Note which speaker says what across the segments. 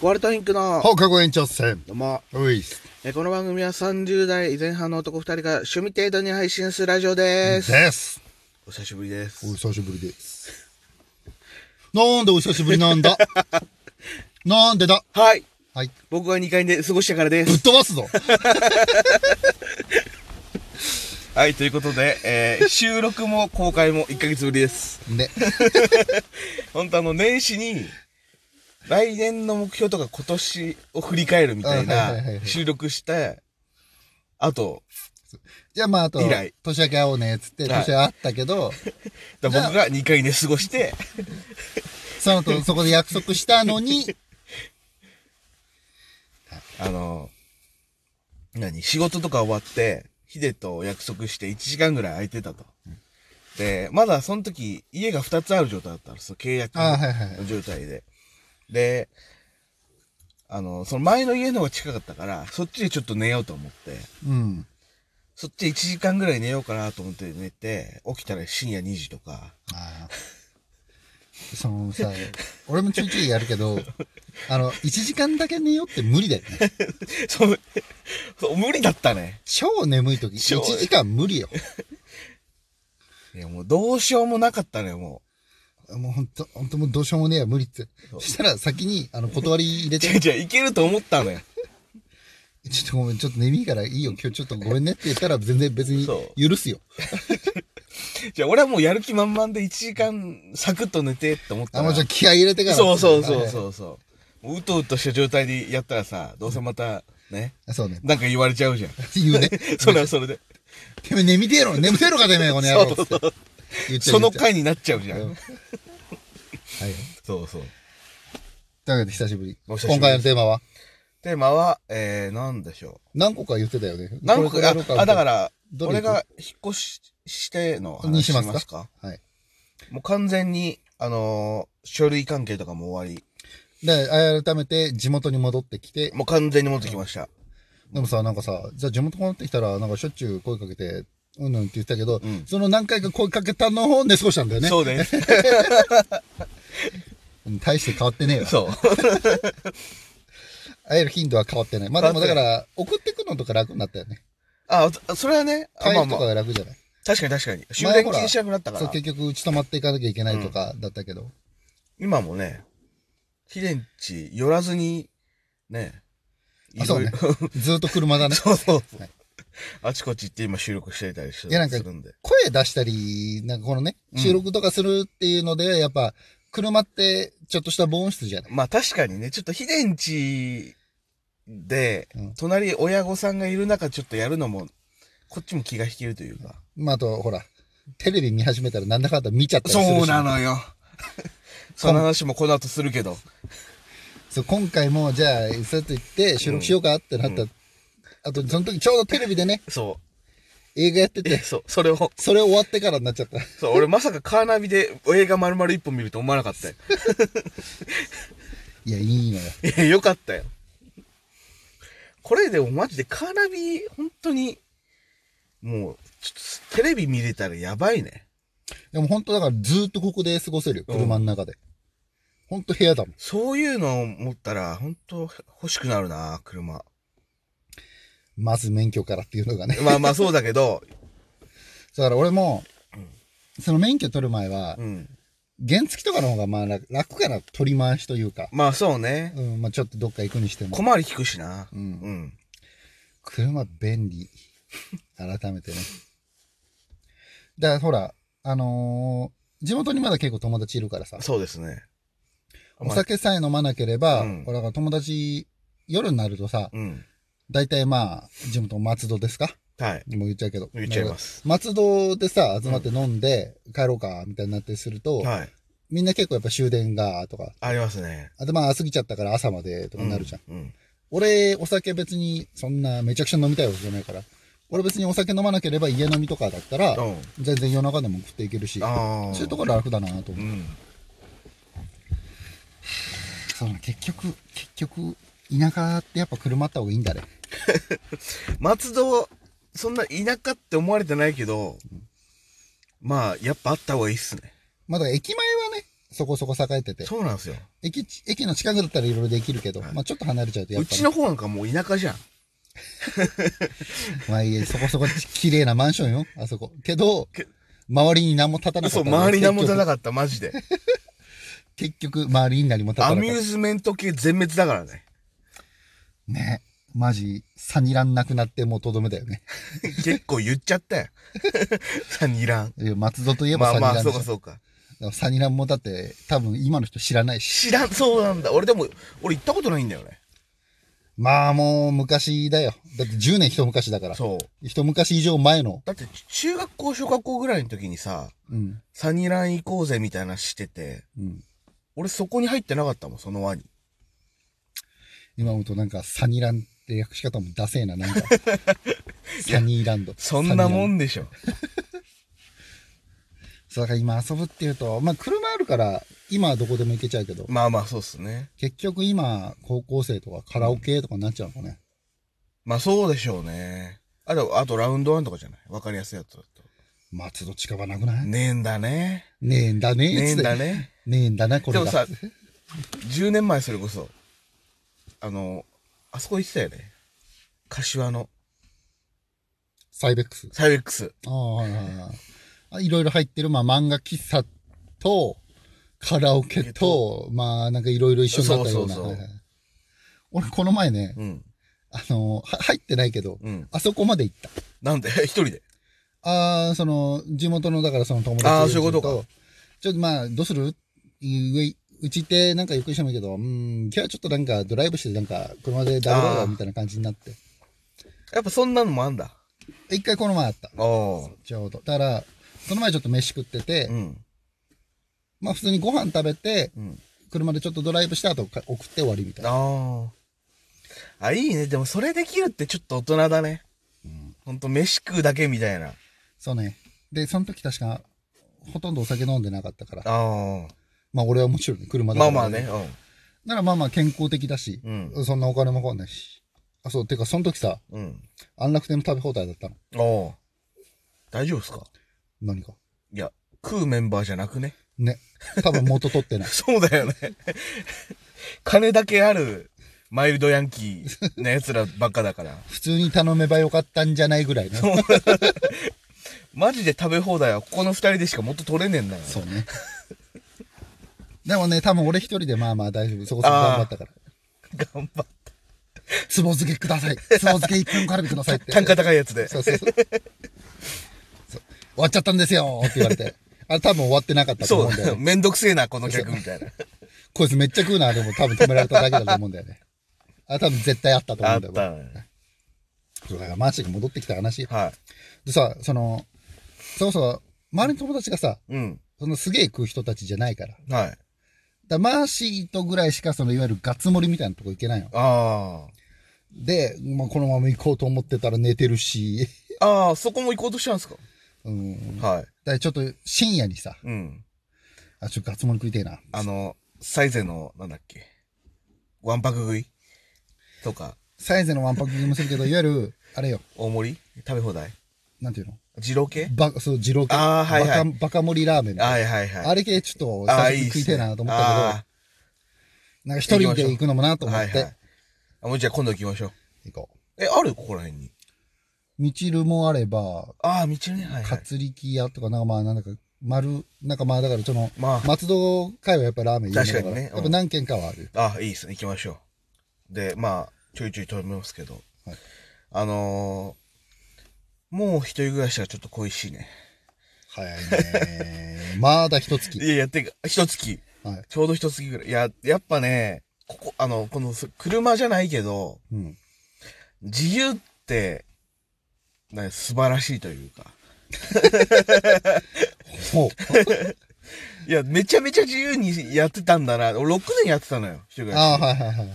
Speaker 1: 壊れたインクの
Speaker 2: 放課後延長戦。
Speaker 1: どうも
Speaker 2: ういっす。
Speaker 1: えーこの番組は30代前半の男2人が趣味程度に配信するラジオです、
Speaker 2: です。
Speaker 1: お久しぶりで
Speaker 2: お
Speaker 1: す
Speaker 2: 久しぶりです。なんでお久しぶりなん だなんでだ
Speaker 1: はい
Speaker 2: はい。
Speaker 1: 僕は2階で過ごしたからで
Speaker 2: ぶっ
Speaker 1: す
Speaker 2: 飛ばすぞ。
Speaker 1: はいということで、え ー収録も公開も1ヶ月ぶりです
Speaker 2: ね。
Speaker 1: 本当あの年始に来年の目標とか今年を振り返るみたい
Speaker 2: あはいはいはいは
Speaker 1: ない収録してあと
Speaker 2: じゃあまあ、あと、
Speaker 1: 以来
Speaker 2: 年明け会おうね、っつって、
Speaker 1: はい
Speaker 2: 年明け会ったけど、
Speaker 1: だから僕が2階で過ごして
Speaker 2: そ のと、そこで約束したのに、
Speaker 1: あの、何仕事とか終わって、ヒデと約束して1時間ぐらい空いてたと。で、まだその時、家が2つある状態だったんですよ。契約
Speaker 2: あはいはい
Speaker 1: の状態で。で、あの、その前の家の方が近かったから、そっちでちょっと寝ようと思って、
Speaker 2: うん。
Speaker 1: そっちで1時間ぐらい寝ようかなと思って寝て、起きたら深夜2時とか。
Speaker 2: あーそのさ、俺もちょいちょいやるけど、あの、1時間だけ寝ようって無理だよね。
Speaker 1: そう、そう無理だったね。
Speaker 2: 超眠い時、1時間無理よ。
Speaker 1: いや、もうどうしようもなかったね、も
Speaker 2: もうほんと、ほんともうどうしようもねえや、無理って。そしたら先に、あの、断り入れ
Speaker 1: う。
Speaker 2: て
Speaker 1: じゃ、じゃいけると思ったのよ。
Speaker 2: ちょっとごめん、ちょっと眠いからいいよ、今日ちょっとごめんねって言ったら全然別に
Speaker 1: そう
Speaker 2: 許すよ。
Speaker 1: じゃあ俺はもうやる気満々で1時間サクッと寝てって思った
Speaker 2: あ、
Speaker 1: ら。
Speaker 2: もうちょっと気合い入れてから。
Speaker 1: そうそうそう
Speaker 2: う。
Speaker 1: そうそう。もううとうとした状態でやったらさ、どうせまたね、
Speaker 2: そうね。
Speaker 1: なんか言われちゃう じゃん。
Speaker 2: 言うね。
Speaker 1: それはそれで。
Speaker 2: てめえ眠てえろ、眠てえろかてめえ、この野郎って言っちゃ
Speaker 1: そ
Speaker 2: う。
Speaker 1: の
Speaker 2: 言っちゃ
Speaker 1: 回になっちゃうじゃ
Speaker 2: うう
Speaker 1: ん。
Speaker 2: んはい。
Speaker 1: そうそう。
Speaker 2: というわけで久しぶり。
Speaker 1: お久しぶりです
Speaker 2: 今回のテーマは
Speaker 1: テーマは、えー、なんでしょ
Speaker 2: 何個か言ってたよね。。
Speaker 1: う。何個か、あ、あだからら、
Speaker 2: どれ
Speaker 1: 俺
Speaker 2: 行く
Speaker 1: が引っ越ししての
Speaker 2: に
Speaker 1: 話
Speaker 2: し
Speaker 1: し
Speaker 2: ま
Speaker 1: ますす
Speaker 2: か
Speaker 1: か
Speaker 2: はい。
Speaker 1: もう完全に、あのー書類関係とかも終わ
Speaker 2: で、改めて地元に戻ってきて
Speaker 1: り、、もう完全に戻ってきました。
Speaker 2: でもさ、なんかさ、じゃあ地元戻ってきたら、なんかしょっちゅう声かけて、うんうんって言ってたけど、
Speaker 1: ん
Speaker 2: その何回か声かけたのを寝過ごしたんだよね。
Speaker 1: そうね。
Speaker 2: うん大して変わってねえわ。
Speaker 1: そう。
Speaker 2: 会える頻度は変わってない。まあでもだか
Speaker 1: 変
Speaker 2: ら、送ってくのとか楽になったよね。
Speaker 1: あ、それはね、あ
Speaker 2: 帰
Speaker 1: まあ
Speaker 2: る
Speaker 1: ま
Speaker 2: と
Speaker 1: あ
Speaker 2: か、が楽じゃない。
Speaker 1: 確かに確かに。終
Speaker 2: 前
Speaker 1: 電
Speaker 2: ほ
Speaker 1: 禁
Speaker 2: ら
Speaker 1: 止なくなったか
Speaker 2: そう、
Speaker 1: ら。
Speaker 2: 結局、うち泊まっていかなきゃいけないとかだったけど。
Speaker 1: 今もね、ヒデンチ寄らずに、ね、
Speaker 2: あそうね
Speaker 1: いろいろ
Speaker 2: ずーっと 車だね。
Speaker 1: そうそうそう
Speaker 2: はい
Speaker 1: あちこち行って今収録してたりして
Speaker 2: いやなんか
Speaker 1: するんで。
Speaker 2: 声出したり、なんかこのね、
Speaker 1: うん
Speaker 2: 収録とかするっていうので、やっぱ、車ってちょっとした防音室じゃない。
Speaker 1: まあ確かにね、ちょっとヒデンチで
Speaker 2: うん、
Speaker 1: 隣親御さんがいる中ちょっとやるのも、こっちも気が引けるというか。
Speaker 2: まあ、あと、ほら、テレビ見始めたらなんだかんだ見ちゃったりするし。
Speaker 1: そうなのよ。 その話もこの後するけど。
Speaker 2: そう今回もじゃあそうやって言って収録しようかってなった、あとその時ちょうどテレビでね
Speaker 1: そ
Speaker 2: 映画やって
Speaker 1: う。 え、
Speaker 2: て
Speaker 1: そう。それを、
Speaker 2: それ終わってからになっちゃった
Speaker 1: そう、俺まさかカーナビで映画丸々一本見ると思わなかったよ。
Speaker 2: いやいいのよ
Speaker 1: いや、よかったよ。これでもマジでカーナビ、本当に、もう、ちょっとテレビ見れたらやばいね。
Speaker 2: でも本当だからずっとここで過ごせるよ
Speaker 1: うん
Speaker 2: 車の中で、本当部屋だもん
Speaker 1: そういうのを持ったら、本当欲しくなるな、車。
Speaker 2: まず免許からっていうのがね
Speaker 1: まあまあそうだけど、
Speaker 2: だから俺も、その免許取る前は、
Speaker 1: うん。
Speaker 2: 原付とかの方がまあ楽楽かな取り回しというか、
Speaker 1: まあそうね。
Speaker 2: うんまあ、ちょっとどっか行くにしても
Speaker 1: 小回り聞くしな。
Speaker 2: うん
Speaker 1: うん。
Speaker 2: 車 便利。改めてね。だからほら、あのー地元にまだ結構友達いるからさ、
Speaker 1: そうですね。
Speaker 2: お酒さえ飲まなければ、
Speaker 1: うん
Speaker 2: ほら、友達、夜になるとさ、
Speaker 1: うん。
Speaker 2: 大体まあ、地元松戸ですか
Speaker 1: はい。
Speaker 2: もう言っちゃうけど。
Speaker 1: 言っちゃいます
Speaker 2: なんか松戸でさ、集まって飲んで、帰ろうか、みたいになってすると、
Speaker 1: はい。
Speaker 2: みんな結構やっぱ終電が、とか、
Speaker 1: ありますね。
Speaker 2: あとまあ過ぎちゃったから朝まで、とかなるじゃん
Speaker 1: ん。うん。
Speaker 2: 俺、お酒別に、そんな、めちゃくちゃ飲みたいわけじゃないから。俺別にお酒飲まなければ家飲みとかだったら、
Speaker 1: うん
Speaker 2: 全然夜中でも食っていけるし、
Speaker 1: ああ。
Speaker 2: そういうところ楽だなと
Speaker 1: う
Speaker 2: 思う。
Speaker 1: ん。
Speaker 2: そうね、結局、結局、田舎ってやっぱ車あった方がいいんだね。
Speaker 1: 松戸、そんな田舎って思われてないけど、まあ、やっぱあった方がいいっすね。
Speaker 2: まあだから駅前はね、そこそこ栄えてて。
Speaker 1: そうなんですよ。
Speaker 2: 駅ち、駅の近くだったらいろいろできるけど、
Speaker 1: はい
Speaker 2: まあちょっと離れちゃうとやっ
Speaker 1: う
Speaker 2: ぱ、
Speaker 1: ちの方なんかもう田舎じゃん。
Speaker 2: まあいいえそこそこ綺麗なマンションよ、あそこ。けど
Speaker 1: け、
Speaker 2: 周りに何も立たなかった。
Speaker 1: そう、周り何も立たな
Speaker 2: かっ
Speaker 1: かった、マジで。
Speaker 2: た。結局、周りに何も立た
Speaker 1: ア
Speaker 2: なか
Speaker 1: ミュ
Speaker 2: っ
Speaker 1: ーズメント系全滅だからね。
Speaker 2: た。ね。マジ、サニランなくなってもうとどめだよね。
Speaker 1: 結構言っちゃったよ。 サニラン。
Speaker 2: いや松戸といえば
Speaker 1: ま
Speaker 2: サ
Speaker 1: あま
Speaker 2: ニラン
Speaker 1: あ、
Speaker 2: でし
Speaker 1: そ
Speaker 2: ょ
Speaker 1: うかそうか。
Speaker 2: でもサニランもだって、多分今の人知らないし。
Speaker 1: 知らん、そうなんだ。俺でも、俺行ったことないんだよね。
Speaker 2: まあもう昔だよ。だって10年一昔だから。
Speaker 1: そう。
Speaker 2: 一昔以上前の。
Speaker 1: だって、中学校、小学校ぐらいの時にさ、
Speaker 2: うん。
Speaker 1: サニラン行こうぜみたいな話してて、
Speaker 2: うん。
Speaker 1: 俺そこに入ってなかったもん、その輪に。
Speaker 2: 今思うとなんかサニランって訳し方もダセえな、 なんか。サニーランド。
Speaker 1: そんなも
Speaker 2: ん。
Speaker 1: んでしょ。
Speaker 2: そうだから今遊ぶっていうと、まあ車あるから、今はどこでも行けちゃうけど、
Speaker 1: まあまあ、そうっすね。
Speaker 2: 結局今、高校生とかカラオケとかになっちゃうのかね。
Speaker 1: まあそうでしょうね。あと、あとラウンドワンとかじゃないわかりやすいやつだ
Speaker 2: 松戸近場なくな
Speaker 1: と。
Speaker 2: い
Speaker 1: ねえんだね。
Speaker 2: ねえんだね
Speaker 1: ねえんだ
Speaker 2: ね。
Speaker 1: ね。
Speaker 2: ねえんだな、こ
Speaker 1: で
Speaker 2: れ
Speaker 1: も
Speaker 2: が
Speaker 1: さ。、10年前それこそ、あの、あそこ行ってたよね。柏の、
Speaker 2: サイベックス。
Speaker 1: サイベックス。
Speaker 2: ああはいはいはいあ、いろいろ入ってる、まあ漫画喫茶と、カラオケ
Speaker 1: えっ
Speaker 2: と、まあなんかいろいろ一緒になったような。
Speaker 1: そうそうそう
Speaker 2: はいはい俺この前ね、
Speaker 1: うん。
Speaker 2: あの、は入ってないけど、
Speaker 1: うん。
Speaker 2: あそこまで行った。
Speaker 1: なんで、 一人で。
Speaker 2: ああ、その、地元の、だからその友達
Speaker 1: あーそういうことか
Speaker 2: とちょっとまあ、どうする上、うちってなんかゆっくりしてもいいけど、うん、今日はちょっとなんかドライブしてなんか車でダブろう
Speaker 1: あ
Speaker 2: よ
Speaker 1: ー
Speaker 2: みたいな感じになって。
Speaker 1: やっぱそんなのもあんだ。
Speaker 2: 一回この前あった。
Speaker 1: おー。
Speaker 2: ちょうど。だから、その前ちょっと飯食ってて、
Speaker 1: うん。
Speaker 2: まあ普通にご飯食べて、
Speaker 1: うん。
Speaker 2: 車でちょっとドライブした後か送って終わりみたいな。
Speaker 1: ああ。あ、いいね。でもそれできるってちょっと大人だね。ほんと飯食うだけみたいな。あ
Speaker 2: そうね。で、その時確か、ほとんどお酒飲んでなかったから。
Speaker 1: あ。
Speaker 2: まあ俺はもちろんね、車だ
Speaker 1: ま
Speaker 2: か
Speaker 1: あ
Speaker 2: ら。
Speaker 1: まあね。
Speaker 2: ならまあまあ健康的だし
Speaker 1: う、ん。
Speaker 2: そんなお金もかかんないし。あ、そう、てかその時さ、
Speaker 1: うん。うん。
Speaker 2: 安楽天の食べ放題だったの。
Speaker 1: おー。大丈夫っすか
Speaker 2: 何か。
Speaker 1: いや、食うメンバーじゃなくね。
Speaker 2: ね。多分元取ってない。
Speaker 1: そうだよね。 金だけある、マイルドヤンキーな奴らばっかだから。
Speaker 2: 普通に頼めばよかったんじゃないぐらいね。そう
Speaker 1: マジで食べ放題はここの二人でしかもっと取れねえんだよ。
Speaker 2: ね。 でもね、多分俺一人でまあまあ大丈夫。そこそこ頑張ったから。
Speaker 1: 頑張っ
Speaker 2: つぼ漬けください。つぼ漬け1分カルビくださいって。
Speaker 1: て。単価高いやつで。
Speaker 2: そうそうそう。そう終わっちゃったんですよって言われて。あれ多分終わってなかったと
Speaker 1: そ
Speaker 2: 思
Speaker 1: う
Speaker 2: うんだよ
Speaker 1: だ。
Speaker 2: ね。
Speaker 1: めんどくせえな、この客みたいな。
Speaker 2: こいつめっちゃ食うな、でも多分止められただけだと思うんだよね。あれ多分絶対あったと思
Speaker 1: あ
Speaker 2: う
Speaker 1: っ
Speaker 2: んだよ。
Speaker 1: たね。
Speaker 2: そうだからマーシーが戻ってきた話よ。
Speaker 1: は
Speaker 2: でさ、その、そもそも周りの友達がさ、
Speaker 1: い。うん。
Speaker 2: そのすげえ食う人たちじゃないから。だか
Speaker 1: はい。
Speaker 2: らマーシーとぐらいしかそのいわゆるガッツ盛りみたいなとこ行けないの。
Speaker 1: あ
Speaker 2: で、まあ、このまま行こうと思ってたら寝てるし、
Speaker 1: あ。ああ、そこも行こうとしたんですか
Speaker 2: うん。だか
Speaker 1: はい。
Speaker 2: らちょっと深夜にさ、
Speaker 1: うん。
Speaker 2: あ、ちょっとガッツ盛り食いてえな。
Speaker 1: あの、サイゼの、なんだっけ。ワンパク食いとか、
Speaker 2: サイズのワンパク食いもするけど、いわゆる、あれよ、
Speaker 1: 大盛り食べ放題
Speaker 2: なんていうの
Speaker 1: 二郎系
Speaker 2: バカ、そう、二郎系。
Speaker 1: あーはいはい
Speaker 2: バカ、バカ盛りラーメン。
Speaker 1: はいはいはい。
Speaker 2: あれ系ちょっと、
Speaker 1: あ
Speaker 2: 久
Speaker 1: あ
Speaker 2: しぶりに食いてえなと思っ
Speaker 1: いい
Speaker 2: た
Speaker 1: っすね
Speaker 2: けど、なんか一人で行くのもなと
Speaker 1: ああ
Speaker 2: 思
Speaker 1: はい
Speaker 2: っ
Speaker 1: は
Speaker 2: て
Speaker 1: い、。あもうじゃあ今度行きましょう。
Speaker 2: 行こう。
Speaker 1: え、あるここら辺に。
Speaker 2: みちるもあれば、
Speaker 1: ああ、道ね。はい、は
Speaker 2: か
Speaker 1: い。
Speaker 2: つりき屋とか、なんかまあ、なんだか、丸、なんかまあ、だからその、
Speaker 1: まあ、
Speaker 2: 松戸会はやっぱラーメン有名だから
Speaker 1: 確かにねうん
Speaker 2: やっぱ何軒かはある。
Speaker 1: ああ、いいですね。行きましょう。で、まあ、ちょいちょい食べますけど。
Speaker 2: はい
Speaker 1: あのー、もう一人暮らしはちょっと恋しいね。
Speaker 2: 早い ね。まだ一月。
Speaker 1: いや、やってか、一月。
Speaker 2: はい。
Speaker 1: ちょうど一月ぐらい。いや、やっぱね、ここ、あの、この、そ車じゃないけど、
Speaker 2: うん。
Speaker 1: 自由って、ね、素晴らしいというか。
Speaker 2: ほう。
Speaker 1: いや、めちゃめちゃ自由にやってたんだな。俺6年やってたのよ、一人暮らし。
Speaker 2: ああ、はいはいはい。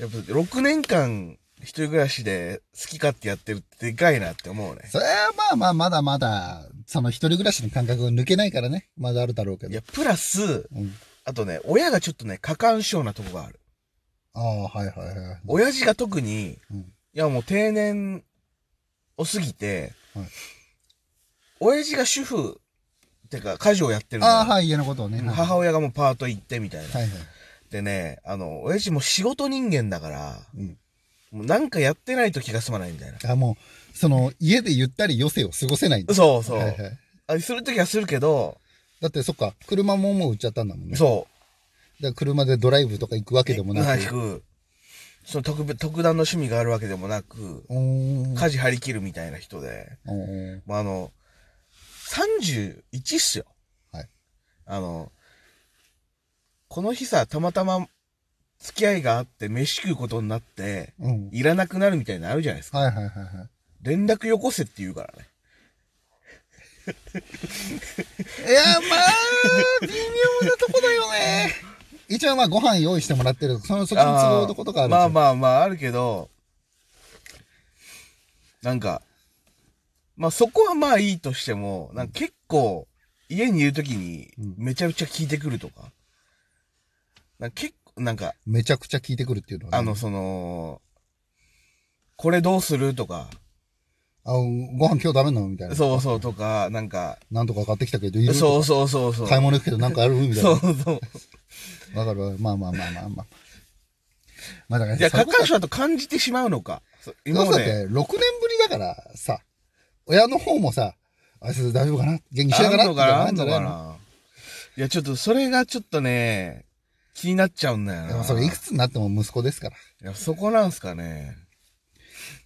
Speaker 1: やっぱ6年間一人暮らしで好き勝手やってるってでかいなって思うね。
Speaker 2: それはまあまあ、まだまだ、その一人暮らしの感覚が抜けないからね。まだあるだろうけ
Speaker 1: い
Speaker 2: ど
Speaker 1: や、。プラス、
Speaker 2: うん。
Speaker 1: あとね、親がちょっとね、過干渉なとこがある。
Speaker 2: ああ、はいはいはい。
Speaker 1: 親父が特に、
Speaker 2: うん
Speaker 1: いやもう定年を過ぎて、
Speaker 2: はい
Speaker 1: 親父が主婦てか、家事をやってるのよ
Speaker 2: ああ、はい、家のことをね。はい
Speaker 1: 母親がもうパート行ってみたいな。
Speaker 2: はいはい。
Speaker 1: でね、あの、親父も仕事人間だから、
Speaker 2: うん
Speaker 1: もうなんかやってないと気が済まないみたいな。
Speaker 2: あ、もう、その、家でゆったり余生を過ごせないんだ。
Speaker 1: そうそう。
Speaker 2: はいはい。
Speaker 1: あするときはするけど、
Speaker 2: だって、そっか、車ももう売っちゃったんだもんね。だか
Speaker 1: そ
Speaker 2: ら車でドライブとか行くわ
Speaker 1: う。
Speaker 2: けでもな
Speaker 1: はい
Speaker 2: く。
Speaker 1: くその特別、特段の趣味があるわけでもなく、
Speaker 2: おー
Speaker 1: 家事張り切るみたいな人で、
Speaker 2: おー
Speaker 1: もうあの、31っすよ。
Speaker 2: はい。
Speaker 1: あの、この日さ、たまたま付き合いがあって飯食うことになって、
Speaker 2: うん。
Speaker 1: いらなくなるみたいになのあるじゃないですか。
Speaker 2: はいはいはいは
Speaker 1: 連絡よこせって言うからね。
Speaker 2: い。いや、まあ、微妙なとこだよね。一応まあ、ご飯用意してもらってる。その、そっちの都合のことがあるんで
Speaker 1: ま
Speaker 2: し
Speaker 1: あ
Speaker 2: ょ。
Speaker 1: まあまああるけど、なんか、まあそこはまあいいとしても、なんか結構、家にいるときに
Speaker 2: うん
Speaker 1: めちゃくちゃ聞いてくるとか。なんか結構、なんか、
Speaker 2: めちゃくちゃ聞いてくるっていうのはね。
Speaker 1: あの、その、これどうするとか、
Speaker 2: あご飯今日ダメなのみたいな。
Speaker 1: そうそうとか、なんか、
Speaker 2: なんとか買ってきたけど、いる
Speaker 1: そうそうそうそう。
Speaker 2: 買い物行くけどなんかあるみたい
Speaker 1: そう
Speaker 2: な。
Speaker 1: そう。
Speaker 2: わかるわ。まあまあまあまあまあ。まあだから、
Speaker 1: いや、
Speaker 2: そ
Speaker 1: 過
Speaker 2: こが
Speaker 1: 干渉と感じてしまうのか。そう今
Speaker 2: そう
Speaker 1: ま
Speaker 2: だ
Speaker 1: で。
Speaker 2: って、6年ぶりだからさ、親の方もさ、あいつ大丈夫かな元気しながら
Speaker 1: あんのかな
Speaker 2: って
Speaker 1: あんの
Speaker 2: じゃ
Speaker 1: かないや、ちょっとそれがちょっとね、気になっちゃうんだよ
Speaker 2: い
Speaker 1: な。
Speaker 2: のでもそれいくつになっても息子ですから。
Speaker 1: いや、そこなんすかね。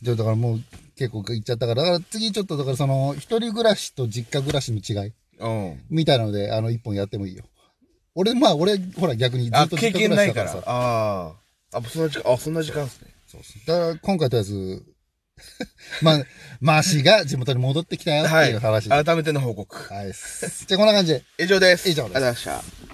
Speaker 2: じゃあだからもう結構行っちゃったから、だから次ちょっとだからその、一人暮らしと実家暮らしの違い
Speaker 1: うん。
Speaker 2: みたいなので、あの、一本やってもいいよ。俺、まあ俺、ほら逆にず
Speaker 1: あ、
Speaker 2: っと
Speaker 1: 経
Speaker 2: 実家
Speaker 1: 験
Speaker 2: 暮
Speaker 1: な
Speaker 2: らし
Speaker 1: い
Speaker 2: だか
Speaker 1: からら
Speaker 2: さ。。
Speaker 1: ああ。あ、そんな時間、あ、そんな時間っすね。
Speaker 2: そうそうだから今回とりあえず、 まあ、マーシーが地元に戻ってきたよっていう話で
Speaker 1: 改めての報告。
Speaker 2: はいっす。じゃあこんな感じで。
Speaker 1: 以上です。
Speaker 2: 以上です
Speaker 1: ありがとうございました。